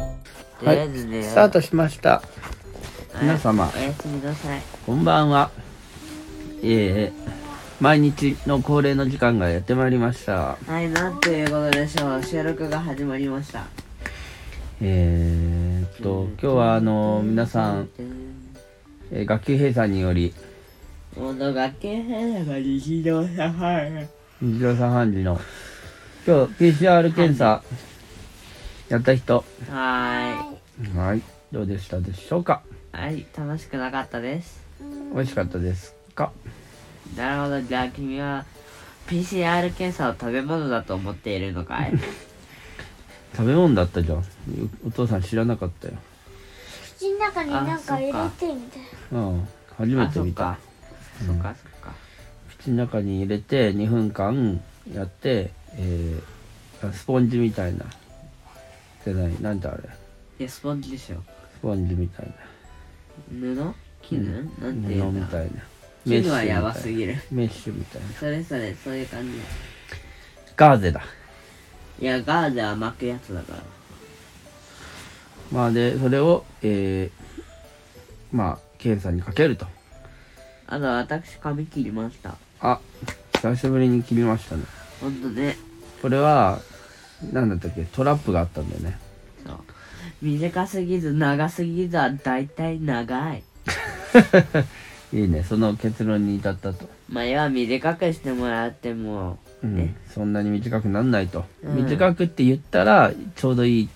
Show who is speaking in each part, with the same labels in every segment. Speaker 1: 出会ず出会う
Speaker 2: スタートしました
Speaker 1: はい
Speaker 2: 皆様
Speaker 1: おやすみなさい
Speaker 2: こんばんはえー、毎日の恒例の時間がやってまいりました
Speaker 1: はいなんということでしょう収録が始まりました
Speaker 2: えー、っと今日はあの皆さん、えー学級閉鎖により
Speaker 1: 物がけ変な日常茶飯
Speaker 2: 日常茶飯事の今日 PCR 検査やった人
Speaker 1: は
Speaker 2: はいどうでしたでしょうか
Speaker 1: ーいはい楽しくなかったです
Speaker 2: 美味しかったですか
Speaker 1: なるほどじゃあ君は PCR 検査を食べ物だと思っているのかい
Speaker 2: 食べ物だったじゃんおお父さん知らなかったよ
Speaker 3: 口の中になんか入れてみたい
Speaker 2: うん初め
Speaker 1: あ
Speaker 2: て
Speaker 1: そっ
Speaker 2: 見た
Speaker 1: かそっかそっか
Speaker 2: 口の中に入れて2分間やって、えーあスポンジみたいなじゃないなんだあれ
Speaker 1: いやスポンジでしょ
Speaker 2: スポンジみたいな
Speaker 1: 布絹、なんてい
Speaker 2: 布
Speaker 1: う
Speaker 2: み
Speaker 1: んだ
Speaker 2: たいなメッシ
Speaker 1: 絹
Speaker 2: ュ
Speaker 1: は
Speaker 2: みた
Speaker 1: や
Speaker 2: い
Speaker 1: ば
Speaker 2: な
Speaker 1: すぎる
Speaker 2: メッシュみたいな
Speaker 1: それぞれそういう感じ
Speaker 2: ガーゼだ
Speaker 1: いやガーゼは巻くやつだから
Speaker 2: まあでそれを、えーまあ検査にかけると
Speaker 1: あと私髪切りました
Speaker 2: あ久しぶりに切りましたね
Speaker 1: ほんとね
Speaker 2: これは何だったっけトラップがあったんだよね
Speaker 1: そう短すぎず長すぎずは大体長い
Speaker 2: いいねその結論に至ったと、
Speaker 1: 前は短くしてもらっても
Speaker 2: うん
Speaker 1: ね、
Speaker 2: そんなに短くなんないと、
Speaker 1: うん
Speaker 2: 短くって言ったらちょうどいい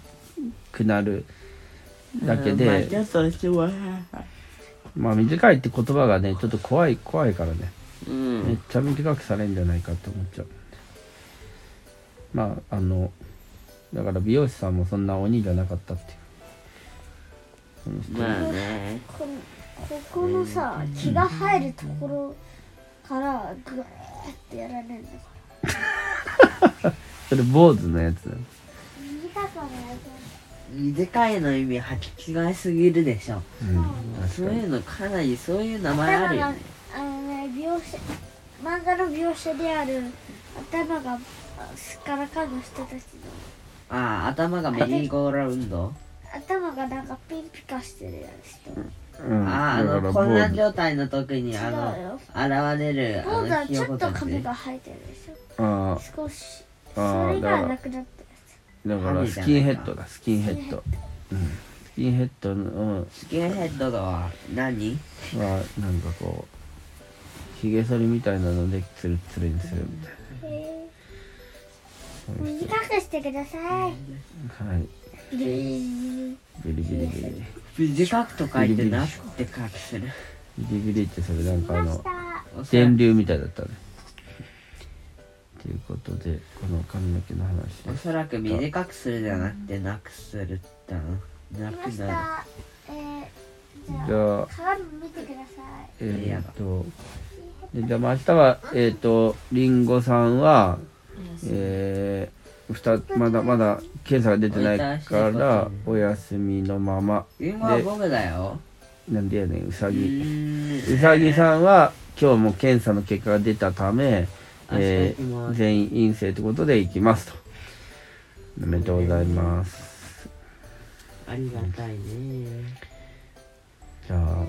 Speaker 2: くなるだけ
Speaker 1: うんまあ
Speaker 2: で、
Speaker 1: ちょっとしてもらえ
Speaker 2: まあ短いって言葉がねちょっと怖い怖いからね
Speaker 1: う
Speaker 2: めっ
Speaker 1: ん
Speaker 2: ちゃ短くされるんじゃないかって思っちゃうまああのだから美容師さんもそんな鬼じゃなかったっていう
Speaker 1: まあね
Speaker 3: このここのさ血が入るところからグワーってやられるんだか
Speaker 2: それ坊主のやつだよ
Speaker 3: ら短くはない
Speaker 1: 短いの意味履き違いすぎるでしょ
Speaker 2: うん
Speaker 1: そ
Speaker 2: 確
Speaker 1: う
Speaker 2: か
Speaker 1: い
Speaker 2: に
Speaker 1: うのかなりそういう名前あ
Speaker 3: 頭
Speaker 1: るよ
Speaker 3: が
Speaker 1: ね
Speaker 3: あのね描写漫画の描写である頭があすっからかんの人たちの
Speaker 1: ああ頭がメリーゴーラウンド
Speaker 3: 頭がなんかピンピカしてるやつと
Speaker 2: うん
Speaker 1: あああ
Speaker 2: だか
Speaker 1: の
Speaker 2: ら
Speaker 1: 混乱
Speaker 2: 坊主
Speaker 1: 状態の時にあ
Speaker 3: 違うよ
Speaker 1: の現れるあ
Speaker 3: 今度
Speaker 1: の
Speaker 3: は
Speaker 1: ひ
Speaker 3: ち
Speaker 1: よ
Speaker 3: ょ
Speaker 1: こ
Speaker 3: ったと
Speaker 1: ち
Speaker 3: 髪
Speaker 1: ね
Speaker 3: が生えてるでしょ
Speaker 2: あ
Speaker 3: 少し
Speaker 2: あー
Speaker 3: それ
Speaker 2: だか
Speaker 3: が
Speaker 2: ら
Speaker 3: なくなったやつ
Speaker 2: あだからスキンヘッドだスキンヘッドうんスキンヘッドの
Speaker 1: スキンヘッドとは何
Speaker 2: うんはなんかこうひげ剃りみたいなのでツルツルにするみたい
Speaker 3: へ
Speaker 2: う
Speaker 3: ー短くしてください
Speaker 2: なはい
Speaker 3: ビリビ
Speaker 2: ビリビリビリ
Speaker 1: 短くと書いてなくて書くする
Speaker 2: ビリビリってそれなん
Speaker 3: リ
Speaker 2: かあ
Speaker 3: まし
Speaker 2: の
Speaker 3: た
Speaker 1: おそら
Speaker 2: 電
Speaker 1: く
Speaker 2: 流みたいだったね。ということで、この髪の毛の話
Speaker 1: お
Speaker 2: です。
Speaker 1: そらく短くするじゃなくてなくするだなな
Speaker 3: 来
Speaker 1: く
Speaker 3: まし
Speaker 1: なる
Speaker 3: たえー、じ
Speaker 2: じ
Speaker 3: ゃあ
Speaker 2: ゃあ、
Speaker 3: 鏡見てください
Speaker 2: えーっと、でじゃあ、明日は、えーっと、りんごさんは、えー、ふたまだまだ検査が出てないから、お休みのまま。
Speaker 1: リンゴは僕だよ
Speaker 2: なんでやねん、うさ
Speaker 1: う
Speaker 2: ぎ。
Speaker 1: ー
Speaker 2: うんさぎさんは、今日も検査の結果が出たため、
Speaker 1: 明日行
Speaker 2: え
Speaker 1: きま
Speaker 2: ー、
Speaker 1: す
Speaker 2: 全員陰性ということで行きますと。おめでとうございます。
Speaker 1: ありがたいね
Speaker 2: じゃあ、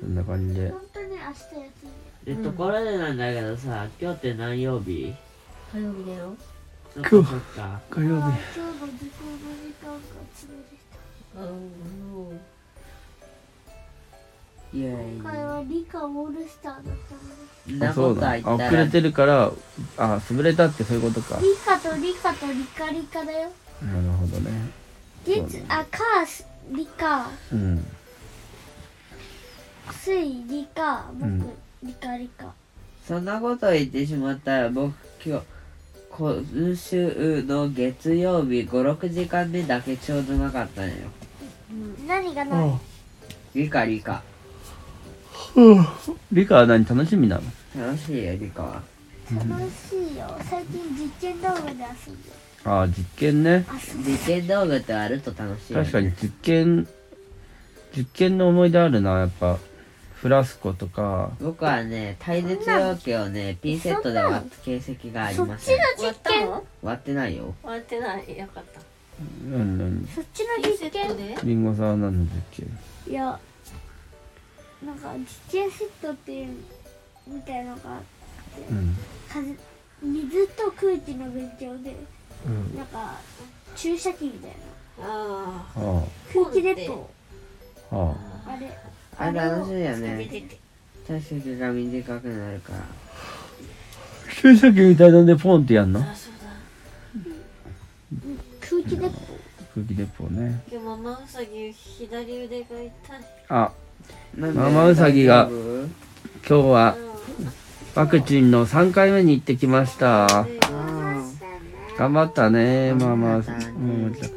Speaker 2: そんな感じで
Speaker 3: 本。当に明日休み
Speaker 1: でところでなんだけどさ今日って何曜日
Speaker 4: 火曜日だよ
Speaker 1: そっかそっか
Speaker 2: 火曜
Speaker 3: あー今日の時間の時間が潰れ
Speaker 4: あの
Speaker 1: いやい
Speaker 3: た今回
Speaker 1: や
Speaker 3: は理科オールスターだったの
Speaker 1: そん
Speaker 2: あ
Speaker 1: な
Speaker 2: そ
Speaker 1: こ
Speaker 2: う
Speaker 1: と
Speaker 2: だ
Speaker 1: は
Speaker 2: あ
Speaker 1: 言った
Speaker 2: 遅
Speaker 1: ら
Speaker 2: れてるからあ潰れたってそういうことかな
Speaker 3: 理科と理科と理科理科だよ
Speaker 2: るほどね
Speaker 3: 月あ火理科
Speaker 2: うん
Speaker 3: 水理科僕、
Speaker 2: うん
Speaker 3: 理科理科
Speaker 1: そんなこと言ってしまったら僕今日今週の月曜日56時間目だけちょうどなかったのよ
Speaker 3: 何がない
Speaker 1: 理科理科
Speaker 2: 理科は何楽しみなの
Speaker 1: 楽しいよ理科は
Speaker 3: 楽しいよ最近実験動画で遊んでる
Speaker 2: あ実験ね
Speaker 3: 遊んで
Speaker 1: 実験道具ってあると楽しいよ、ね、
Speaker 2: 確かに実験実験の思い出あるなやっぱフラスコとか
Speaker 1: 僕はね耐熱容器をねピンセットで割った形跡があり
Speaker 3: そっ
Speaker 1: ま
Speaker 3: ち
Speaker 1: せん
Speaker 3: の
Speaker 4: 終
Speaker 3: 実
Speaker 4: わった
Speaker 3: 験
Speaker 4: の
Speaker 1: 割ってないよ
Speaker 4: 終わってないよかった
Speaker 2: 何何
Speaker 3: そっちの
Speaker 4: ピンセ
Speaker 3: 実
Speaker 4: ット
Speaker 3: 験
Speaker 4: で
Speaker 2: リンゴさんは何の実験
Speaker 3: いやなんか実験セットっていうみたいのが
Speaker 2: うん
Speaker 3: 風水と空気の勉強で
Speaker 2: うん
Speaker 3: なんか注射器みたいな
Speaker 4: あ
Speaker 2: は
Speaker 3: 空気鉄砲
Speaker 2: あは
Speaker 3: あれ
Speaker 1: あれ楽しいよ
Speaker 4: あ
Speaker 1: ね体積が短くなるから
Speaker 2: あ注射器みたいなんでポンってやんの
Speaker 4: あそうだ
Speaker 3: 空気鉄砲
Speaker 2: 空気鉄砲ね
Speaker 4: 今日ママウサギ左腕が痛い
Speaker 2: あ
Speaker 1: なんで
Speaker 2: ママウサギが
Speaker 1: 大丈夫
Speaker 2: 今日は
Speaker 4: う
Speaker 2: ワクチンの3回目に行ってきました
Speaker 4: んで
Speaker 1: あ
Speaker 2: 頑張ったねママママ
Speaker 1: 頑張ったね
Speaker 2: ち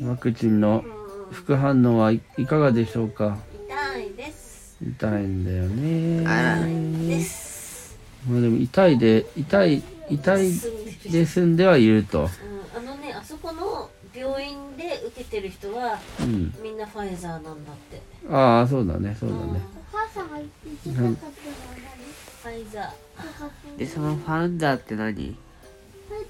Speaker 2: ゃんワクチンの副反応はい、いかがでしょうか
Speaker 4: 痛いです
Speaker 2: 痛いんだよね
Speaker 1: あら
Speaker 4: です
Speaker 2: まあでも痛いで痛い痛いで済んではいると、
Speaker 4: うんあのねあそこの病院で受けてる人は
Speaker 2: うん、
Speaker 4: みんなファイザーなんだって
Speaker 2: ああそうだねそうだ
Speaker 4: うん
Speaker 2: ね
Speaker 3: お母さんが一番買ったのは
Speaker 4: ファイザー
Speaker 3: 何なんかこ
Speaker 1: ー
Speaker 3: う
Speaker 1: でそのファウンダーって何
Speaker 3: ファイ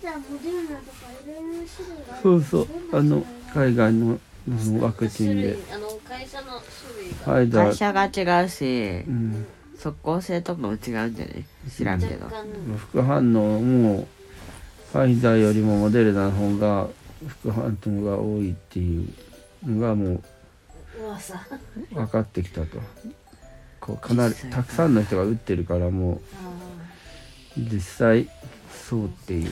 Speaker 3: ザーモデルナとかいろいろな種類がある
Speaker 2: そうそうあの
Speaker 3: あ
Speaker 2: 海外のあのワクチンで
Speaker 4: 種類あの会社の種類が
Speaker 2: ファイザ
Speaker 1: 会
Speaker 2: ー、
Speaker 1: 社が違うし
Speaker 2: うん、
Speaker 1: 即効性とかも違うんじゃない知らんけど
Speaker 4: 若干
Speaker 2: 副反応もファイザーよりもモデルナの方が副反応が多いっていうのがも
Speaker 4: 噂あ
Speaker 2: う分かってきたとこうかなりたくさんの人が打ってるからもう実際そうっていう、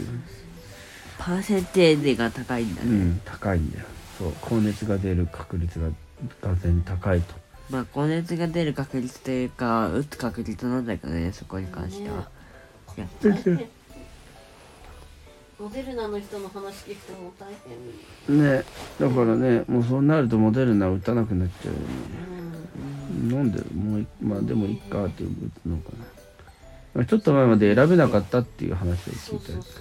Speaker 1: パーセンテージが高いんだ
Speaker 2: う
Speaker 1: ね、
Speaker 2: ん、高いんだよそう高熱が出る確率が完全に高いと
Speaker 1: まあ高熱が出る確率というか打つ確率なんだけどねそこに関しては、いや
Speaker 4: ー大変モデルナの人の話聞くともう大変
Speaker 2: ねだからねもうそうなるとモデルナ打たなくなっちゃうよね
Speaker 4: うん
Speaker 2: 飲んでるもういまあでもいいかっていうのかなちょっと前まで選べなかったっていう話を聞
Speaker 4: そ
Speaker 2: いうた
Speaker 4: そう
Speaker 2: り
Speaker 4: そ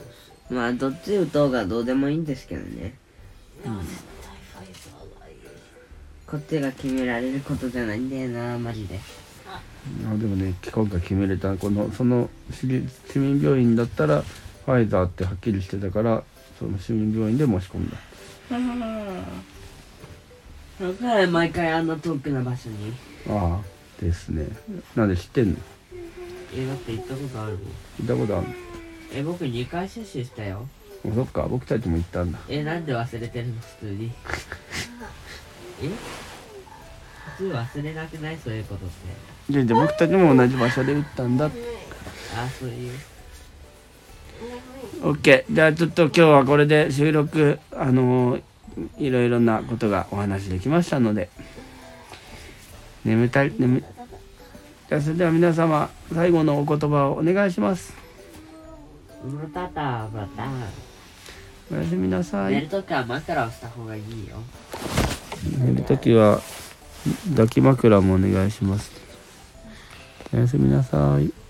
Speaker 4: う
Speaker 1: まあどっち打とうがどうでもいいんですけどね
Speaker 4: いや絶対ファイザーがいい
Speaker 1: こっちが決められることじゃないんだよなマジで
Speaker 2: あでもね今回決めれたこのその市立市民病院だったらファイザーってはっきりしてたからその市民病院で申し込んだ
Speaker 1: だから毎回あんな遠くな場所に
Speaker 2: ああですねなんで知ってんの
Speaker 1: えだって行ったことあるもん
Speaker 2: 聞いたことある
Speaker 1: え僕2回接種したよ
Speaker 2: のそっか僕たちも行ったんだ
Speaker 1: えなんで忘れてるの普通にえ普通忘れなくないそういうことって
Speaker 2: でで僕たちも同じ場所で打ったんだ
Speaker 1: あそういう
Speaker 2: オッケーじゃあちょっと今日はこれで収録あのーいろいろなことがお話できましたので眠たい眠じゃあそれでは皆様最後のお言葉をお願いします
Speaker 1: またたまた
Speaker 2: おやすみなさ
Speaker 1: 寝る
Speaker 2: い
Speaker 1: ときは枕をした方がいいよ
Speaker 2: 寝るときは抱き枕もお願いしますおやすみなさい